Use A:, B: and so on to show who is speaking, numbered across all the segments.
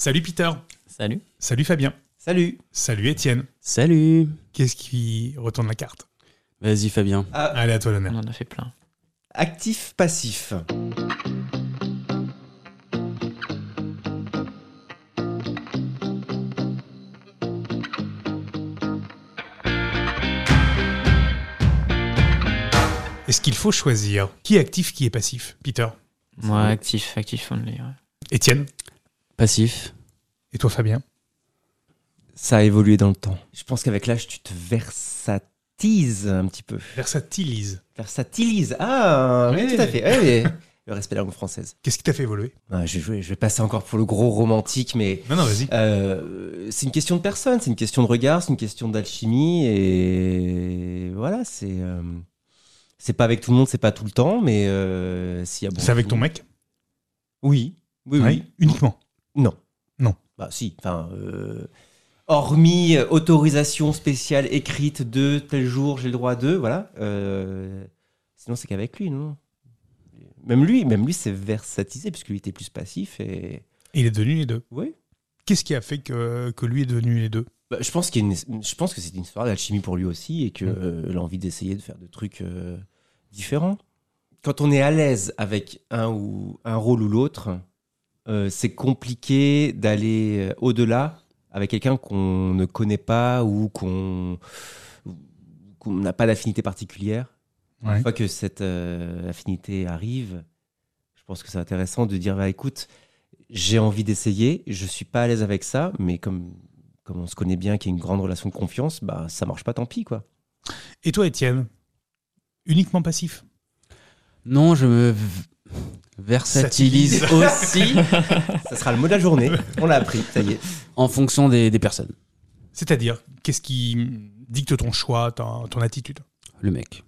A: Salut Peter.
B: Salut.
A: Salut Fabien.
C: Salut.
A: Salut Étienne.
B: Salut.
A: Qu'est-ce qui retourne la carte
B: Vas-y Fabien.
C: Ah,
A: Allez, à toi
B: On
A: l'honneur.
B: en a fait plein.
C: actif passif.
A: Est-ce qu'il faut choisir qui est actif, qui est passif Peter.
B: Moi, actif, actif only. ouais.
A: Étienne.
B: Passif.
A: Et toi Fabien.
C: Ça a évolué dans le temps. Je pense qu'avec l'âge, tu te versatises un petit peu.
A: Versatilise.
C: Versatilises. Ah, oui,
A: Oui.
C: tout à fait. Oui, oui. le respect de la langue française.
A: Qu'est-ce qui t'a fait évoluer
C: Ah, je, vais, je vais passer encore pour le gros romantique, mais
A: Non, non, vas-y.
C: euh, c'est une question de personne, c'est une question de regard, c'est une question d'alchimie, et voilà, c'est. euh, c'est pas avec tout le monde, c'est pas tout le temps, mais euh, s'il y a bon
A: C'est avec ton
C: feeling-
A: mec
C: Oui, oui, oui.
A: Uniquement.
C: Non.
A: Non.
C: Bah si, enfin... euh, hormis euh, autorisation spéciale écrite de tel jour, j'ai le droit de, voilà. euh, sinon c'est qu'avec lui, non Même lui, même lui s'est versatisé, puisque lui était plus passif et...
A: Et il est devenu les deux.
C: Oui.
A: Qu'est-ce qui a fait que, que lui est devenu les deux
C: Bah, je, pense qu'il y a une- je pense que c'est une histoire d'alchimie pour lui aussi et que euh, l'envie d'essayer de faire des trucs euh, différents. Quand on est à l'aise avec un, ou, un rôle ou l'autre, euh, c'est compliqué d'aller euh, au-delà avec quelqu'un qu'on ne connaît pas ou qu'on qu'on n'a pas d'affinité particulière.
A: Ouais.
C: Une fois que cette euh, affinité arrive, je pense que c'est intéressant de dire bah, écoute, j'ai envie d'essayer, je suis pas à l'aise avec ça, mais comme, comme on se connaît bien, qu'il y a une grande relation de confiance, bah ça marche pas, tant pis quoi.
A: Et toi Étienne Uniquement passif
D: Non, je me v- versatilise aussi
C: ça sera le mot de la journée, on l'a appris, ça y est.
D: en fonction des, des personnes.
A: C'est-à-dire, qu'est-ce qui dicte ton choix, ta- ton attitude
D: Le mec.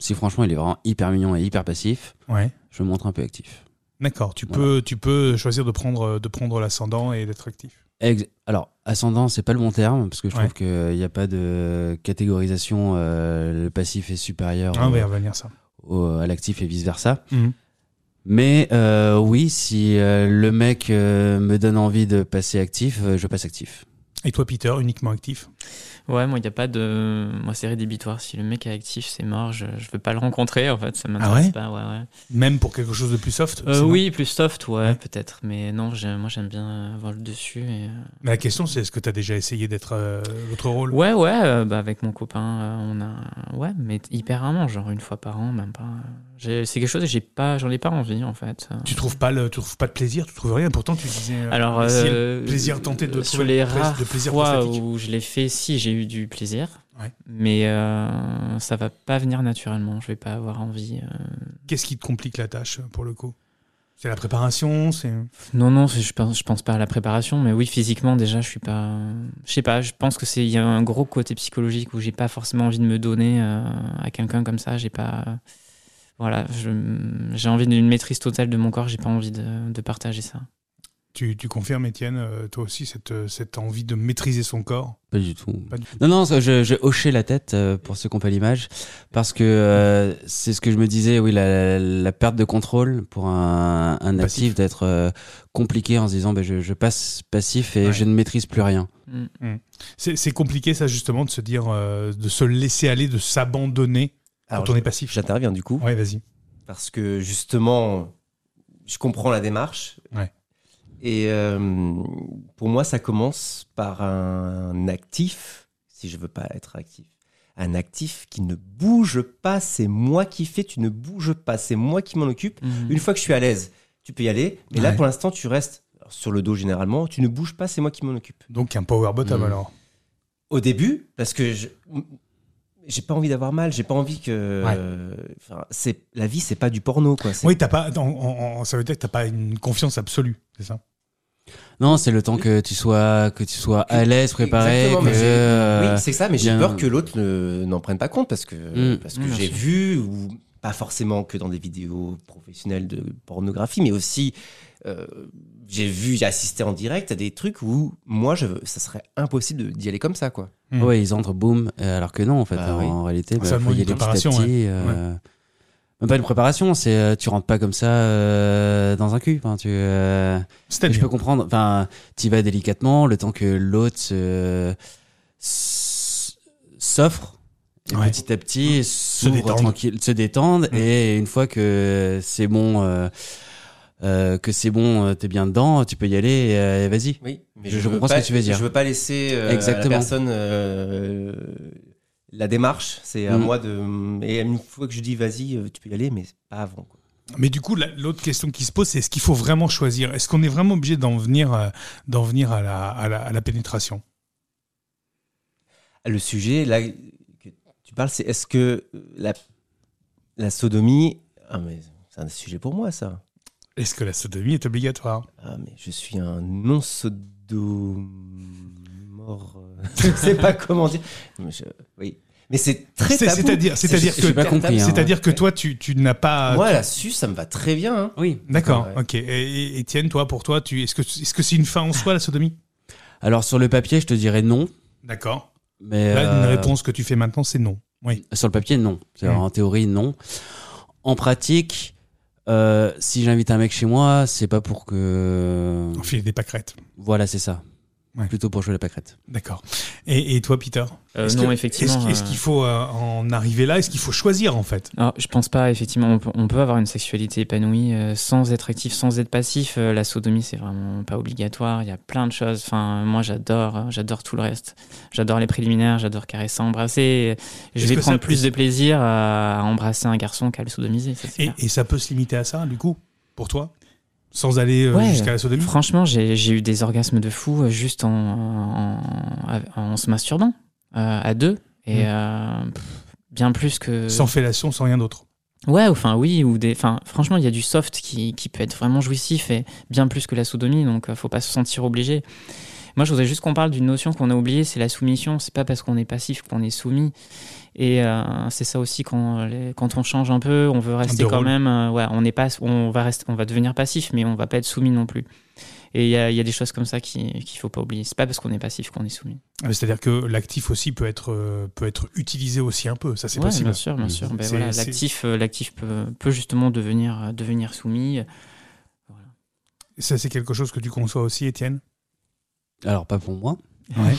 D: Si franchement il est vraiment hyper mignon et hyper passif,
A: Ouais.
D: je me montre un peu actif.
A: D'accord, tu,
D: Voilà.
A: peux, tu peux choisir de prendre, de prendre l'ascendant et d'être actif.
D: Ex- Alors, ascendant, c'est pas le bon terme, parce que je
A: Ouais.
D: trouve qu'il n'y a pas de catégorisation, euh, le passif est supérieur
A: Ah,
D: au-
A: on va y revenir ça.
D: au- à l'actif et vice-versa.
A: Mhm.
D: Mais euh, oui, si euh, le mec euh, me donne envie de passer actif, euh, je passe actif.
A: Et toi Peter, uniquement actif
B: Ouais, moi, il n'y a pas de. Moi, c'est rédhibitoire. Si le mec est actif, c'est mort. Je ne veux pas le rencontrer, en fait. Ça m'intéresse
A: Ah ouais
B: pas. Ouais, ouais.
A: Même pour quelque chose de plus soft
B: Euh,
A: sinon
B: oui, plus soft, ouais, peut-être. Mais non, j'ai- moi, j'aime bien avoir le dessus. Et... euh,
A: Mais la question, c'est est-ce que tu as déjà essayé d'être euh, l'autre rôle
B: Ouais, ouais, euh, bah, avec mon copain, euh, on a. Ouais, mais hyper rarement, genre une fois par an, même pas. J'ai- C'est quelque chose que j'ai pas... j'en ai pas envie, en fait.
A: Tu trouves pas le, tu trouves pas de plaisir, tu trouves rien. Pourtant, tu disais. euh,
B: Alors,
A: mais si elle-
B: euh,
A: plaisir tenté de
B: sur
A: trouver
B: les
A: le pla-
B: rares
A: de plaisir
B: fois
A: prostatique.
B: où je l'ai fait, si j'ai eu du plaisir,
A: Ouais.
B: mais euh, ça va pas venir naturellement. Je vais pas avoir envie. euh.
A: qu'est-ce qui te complique la tâche pour le coup C'est la préparation, c'est.
B: Non, non, c'est- je pense, je pense pas à la préparation, mais oui, physiquement déjà, je suis pas. Je sais pas. Je pense que c'est il y a un gros côté psychologique où j'ai pas forcément envie de me donner euh, à quelqu'un comme ça. J'ai pas. Voilà, je- j'ai envie d'une maîtrise totale de mon corps. J'ai pas envie de, de partager ça.
A: Tu, tu confirmes, Étienne, euh, toi aussi cette, euh, cette envie de maîtriser son corps.
D: Pas du tout.
A: Pas du tout.
D: Non, non, ça, je, je hochais la tête euh, pour ceux qui n'ont pas l'image, parce que euh, c'est ce que je me disais, oui, la, la perte de contrôle pour un, un
A: Passif.
D: actif d'être euh, compliqué en se disant, ben, je, je passe passif et
A: Ouais.
D: je ne maîtrise plus rien.
A: C'est c'est compliqué ça justement de se dire, euh, de se laisser aller, de s'abandonner
C: Alors,
A: quand on est passif.
C: J'interviens du coup,
A: Ouais, vas-y.
C: parce que justement, je comprends la démarche.
A: Ouais.
C: Et euh, pour moi, ça commence par un actif, si je veux pas être actif. Un actif qui ne bouge pas, c'est moi qui fais, tu ne bouges pas, c'est moi qui m'en occupe.
B: Mhm.
C: Une fois que je suis à l'aise, tu peux y aller. Mais là,
A: Ouais.
C: pour l'instant, tu restes sur le dos généralement. Tu ne bouges pas, c'est moi qui m'en occupe.
A: Donc un power bottom
B: Hmm.
D: Mm.
A: alors.
C: Au début, parce que je- j'ai pas envie d'avoir mal, j'ai pas envie que. Enfin, c'est la vie, c'est pas du porno, quoi. C'est-
A: Oui, t'as pas. en- en- en- ça veut dire que t'as pas une confiance absolue, c'est ça
D: Non, c'est le temps que tu sois, que tu sois à l'aise, préparé,
C: Exactement,
D: que...
C: mais j'ai-
D: euh,
C: Oui, c'est ça, mais j'ai
D: bien-
C: peur que l'autre ne- n'en prenne pas compte parce que,
D: Mm.
C: parce que
B: Mm, bien
C: j'ai
B: sûr.
C: vu, ou pas forcément que dans des vidéos professionnelles de pornographie, mais aussi euh, j'ai vu, j'ai assisté en direct à des trucs où moi, je, ça serait impossible de- d'y aller comme ça, quoi.
D: ah
A: Mm.
D: ouais, ils entrent, boum, euh, alors que non, en fait,
C: Bah
D: en,
C: oui.
D: réalité, bah,
A: Ça
D: faut
A: demande
D: y
A: une
D: aller petit à
A: préparation,
D: petit, euh, Même pas une préparation, c'est euh, tu rentres pas comme ça euh, dans un cul. Enfin, tu, euh, je
A: C'est-à-dire.
D: peux comprendre. Enfin, t'y vas délicatement, le temps que l'autre se- s- s'offre et
A: Ouais. Mmh.
D: petit à petit se
A: détendre.
D: tranquille, se détendre.
A: Mm.
D: Et une fois que c'est bon, euh, euh, que c'est bon, euh, t'es bien dedans, tu peux y aller. Et, euh, et vas-y.
C: Oui, mais
D: Je-
C: je,
D: je
C: veux
D: comprends ce
C: pas-
D: que tu veux dire.
C: Je veux pas laisser euh, à
D: Exactement.
C: la personne euh, la démarche. C'est à
D: Mm.
C: moi de. Et une fois que je dis vas-y, euh, tu peux y aller, mais c'est pas avant. quoi.
A: Mais du coup, la- l'autre question qui se pose, c'est est-ce qu'il faut vraiment choisir Est-ce qu'on est vraiment obligé d'en venir, euh, d'en venir à, la, à, la, à la pénétration
C: Le sujet là que tu parles, c'est est-ce que la la sodomie. Ah mais c'est un sujet pour moi ça.
A: Est-ce que la sodomie est obligatoire
C: Ah mais je suis un non sodomore. euh, je sais pas comment dire. Mais je- Oui. Mais c'est très
A: C'est-
C: tabou.
A: c'est-à-dire-
C: C'est-
A: c'est-à-dire
C: je-
A: que-
C: j'ai pas
D: compris,
C: compris,
D: hein.
A: C'est-à-dire que toi, tu, tu n'as pas.
C: Moi, là-dessus, ça me va très bien. hein.
D: Oui.
A: D'accord,
C: Ouais.
A: ok. Et- Et Étienne, toi, pour toi, tu, est-ce que est-ce que c'est une fin en soi la sodomie
D: Alors sur le papier, je te dirais non.
A: D'accord.
D: Mais
A: Là, une
D: euh,
A: réponse que tu fais maintenant, c'est non. Oui.
D: Sur le papier, non. C'est-à-dire,
A: Mm.
D: En théorie, non. En pratique, euh, si j'invite un mec chez moi, c'est pas pour que.
A: Enfiler des pâquerettes.
D: Voilà, c'est ça.
A: Ouais.
D: Plutôt pour jouer la pâquerette.
A: D'accord. Et, et toi, Peter
B: Euh,
A: Est-ce
B: non,
A: que-
B: effectivement.
A: Est-ce, est-ce
B: euh,
A: qu'il faut euh, en arriver là Est-ce qu'il faut choisir en fait
B: Alors, je pense pas, effectivement, on peut, on peut avoir une sexualité épanouie euh, sans être actif, sans être passif. Euh, la sodomie, c'est vraiment pas obligatoire. Il y a plein de choses. Enfin, moi, j'adore, hein, j'adore tout le reste. J'adore les préliminaires, j'adore caresser, embrasser. Je
A: Est-ce
B: vais
A: que ça
B: prendre
A: peut-
B: plus de plaisir à à embrasser un garçon qu'à le sodomiser. ça, c'est
A: et,
B: clair.
A: et ça peut se limiter à ça, du coup, pour toi, sans aller euh,
B: Ouais.
A: jusqu'à la sodomie.
B: Franchement, j'ai j'ai eu des orgasmes de fou euh, juste en, en, en- en se masturbant euh, à deux. Et
A: Mm.
B: euh, pff, bien plus que.
A: Sans fellation, sans rien d'autre.
B: Ouais, ou- enfin oui, ou des. Enfin, franchement, il y a du soft qui, qui peut être vraiment jouissif et bien plus que la sodomie, donc euh, faut pas se sentir obligé. Moi, je voudrais juste qu'on parle d'une notion qu'on a oubliée, c'est la soumission. C'est pas parce qu'on est passif qu'on est soumis. Et euh, c'est ça aussi quand, les- quand on change un peu, on veut rester
A: De
B: quand
A: rôle.
B: même. euh, ouais, on est pas, on va rester, on va devenir passif, mais on va pas être soumis non plus. Et il y a, il y a des choses comme ça qui- qu'il faut pas oublier. C'est pas parce qu'on est passif qu'on est soumis.
A: Euh, C'est-à-dire que l'actif aussi peut être euh, peut être utilisé aussi un peu. Ça, c'est
B: Ouais,
A: possible.
B: Bien sûr, bien
D: Oui.
B: sûr. Ben
A: C'est-
B: voilà,
A: c'est-
B: l'actif, euh, l'actif peut, peut justement devenir, euh, devenir soumis.
A: Ça, c'est quelque chose que tu conçois aussi, Étienne.
D: Alors, pas pour moi.
A: Ouais.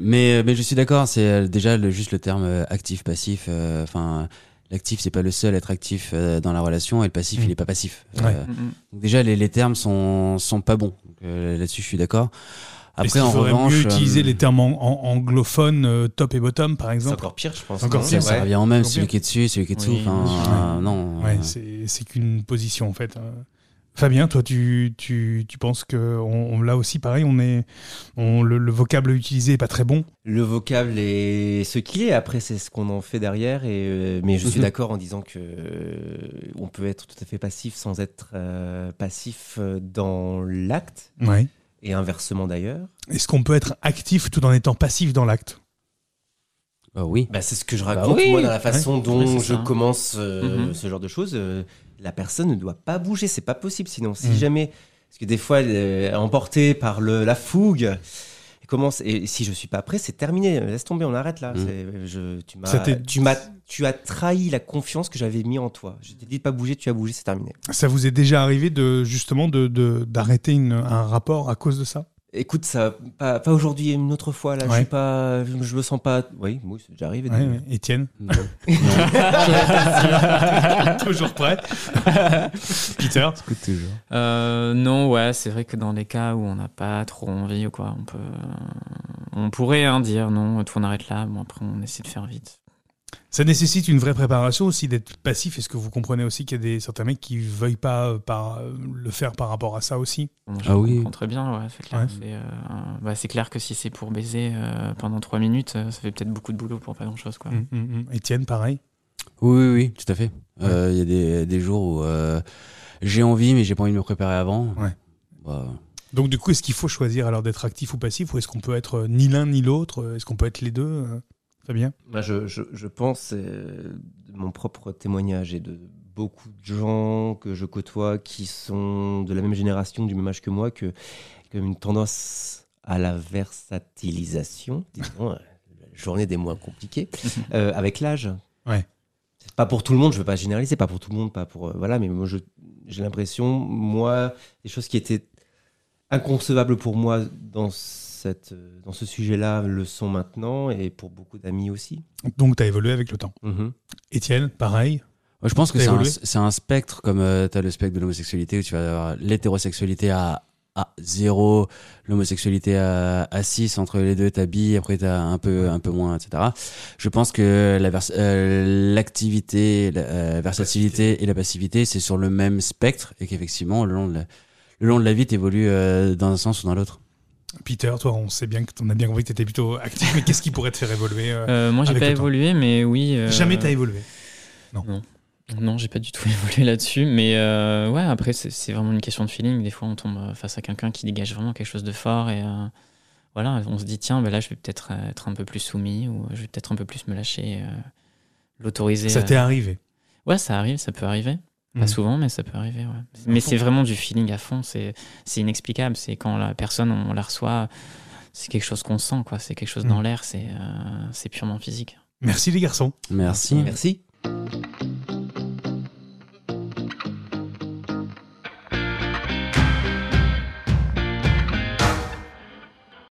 D: mais, mais je suis d'accord. C'est euh, déjà le- juste le terme euh, actif-passif. euh, Enfin, l'actif, c'est pas le seul à être actif euh, dans la relation et le passif,
A: Mm.
D: il est pas passif.
A: Ouais.
D: Euh,
B: Mm, mm.
D: donc déjà, les, les termes sont, sont pas bons. Donc, euh, Là-dessus, je suis d'accord.
A: Est-ce qu'il
D: Après, en
A: faudrait
D: revanche.
A: mieux utiliser
D: euh,
A: les termes en- en- anglophones euh, top et bottom, par
C: C'est
A: exemple.
C: encore pire, je pense.
A: Encore
C: non
A: pire,
D: Ça
C: Ouais.
D: revient en même,
A: Encore
D: celui
A: pire.
D: qui est dessus, celui qui est dessous.
B: Oui,
D: enfin,
B: bien sûr.
D: euh, non.
A: Ouais,
D: euh,
A: c'est c'est qu'une position en fait. Euh, Fabien, toi, tu, tu, tu penses que on, on- là aussi, pareil, on est, on, le, le vocable utilisé est pas très bon.
C: Le vocable est ce qu'il est. Après, c'est ce qu'on en fait derrière. Et euh, mais je suis
D: Mhm.
C: d'accord en disant que euh, on peut être tout à fait passif sans être euh, passif euh, dans l'acte
A: Ouais.
C: et inversement d'ailleurs.
A: Est-ce qu'on peut être actif tout en étant passif dans l'acte
D: bah oui.
C: Bah, c'est ce que je raconte
B: oui.
C: moi dans la façon dont
B: Ouais, c'est
C: je
B: ça.
C: commence euh,
B: Mhm.
C: ce genre de choses. euh, la personne ne doit pas bouger, c'est pas possible. Sinon, si
A: Mhm.
C: jamais, parce que des fois, elle est emportée par le, la fougue. elle Commence, et si je suis pas prêt, c'est terminé. Laisse tomber, on arrête là.
D: Mhm.
C: C'est- je- tu
A: Ça
C: m'as,
A: t'est-
C: tu m'as, tu as trahi la confiance que j'avais mis en toi. Je t'ai dit de pas bouger, tu as bougé, c'est terminé.
A: Ça vous est déjà arrivé de justement de de- d'arrêter une- un rapport à cause de ça
C: Écoute, ça, pas, pas aujourd'hui, une autre fois. Là, je
A: Ouais.
C: suis pas, je me sens pas. Oui, oui, c'est déjà arrivé.
A: Ouais, Mm. ouais. Étienne, toujours prêt. Peter,
D: toujours.
B: Euh, non, ouais, c'est vrai que dans les cas où on n'a pas trop envie ou quoi, on peut, on pourrait hein, dire non, tout on arrête là. Bon après on essaie de faire vite.
A: ça nécessite une vraie préparation aussi d'être passif. Est-ce que vous comprenez aussi qu'il y a des certains mecs qui veuillent pas euh, par, euh, le faire par rapport à ça aussi
B: Bon, je
D: Ah oui.
B: comprends Très bien, ouais, c'est clair.
A: Ouais.
B: C'est, euh, bah, c'est clair que si c'est pour baiser euh, pendant trois minutes, euh, ça fait peut-être beaucoup de boulot pour pas grand chose quoi.
A: Mm, mm, mm. Étienne, pareil.
D: Oui, oui, oui, tout à fait. Euh, Il y a des, des jours où euh, j'ai envie, mais j'ai pas envie de me préparer avant.
A: Ouais.
D: Bah,
A: Donc du coup, est-ce qu'il faut choisir alors d'être actif ou passif ou est-ce qu'on peut être euh, ni l'un ni l'autre euh, Est-ce qu'on peut être les deux euh, Fabien
C: Moi, je, je- je pense, euh, de mon propre témoignage et de beaucoup de gens que je côtoie qui sont de la même génération, du même âge que moi, que comme une tendance à la versatilisation, disons, euh, la journée des moins compliqués, euh, avec l'âge.
A: Ouais.
C: C'est- Pas pour tout le monde, je veux pas généraliser, pas pour tout le monde, pas pour. euh, voilà, mais moi, je- j'ai l'impression, moi, des choses qui étaient inconcevables pour moi dans, cette, euh, dans ce sujet-là le sont maintenant et pour beaucoup d'amis aussi.
A: Donc, tu as évolué avec le temps.
C: Mhm.
A: Étienne, pareil.
D: Moi, je pense que
A: T'as
D: c'est un,
A: évolué
D: c'est un spectre, comme tu as le spectre de l'homosexualité, où tu vas avoir l'hétérosexualité à, à 0, l'homosexualité à, à 6, entre les deux, t'as bi, après t'as un peu, un peu moins, etc. Je pense que la vers- euh, l'activité, la euh, versatilité et la passivité, c'est sur le même spectre, et qu'effectivement, le long de la, le long de la vie, t'évolues euh, dans un sens ou dans l'autre.
A: Peter, toi, on sait bien que on a bien compris que tu étais plutôt actif, mais qu'est-ce qui pourrait te faire évoluer euh,
B: Euh, moi,
D: Ah,
B: j'ai
A: Avec
B: pas
A: le temps.
B: évolué, mais oui. euh,
A: Jamais t'as évolué.
B: Non, j'ai pas du tout évolué là-dessus, mais euh, ouais, après, c'est- c'est vraiment une question de feeling. Des fois, on tombe euh, face à quelqu'un qui dégage vraiment quelque chose de fort et euh, voilà, on se dit, tiens, ben là, je vais peut-être euh, être un peu plus soumis ou euh, je vais peut-être un peu plus me lâcher, euh, l'autoriser.
A: Ça
B: à-
A: t'est arrivé.
B: Ouais, ça arrive, ça peut arriver.
A: Mhm.
B: Pas souvent, mais ça peut arriver. ouais. Mais c'est vraiment du feeling à fond, c'est c'est inexplicable. C'est quand la personne, on la reçoit, c'est quelque chose
A: Mhm.
B: qu'on sent, quoi. C'est quelque chose dans l'air, c'est euh, c'est purement physique.
A: Merci les garçons.
D: Merci.
C: Merci.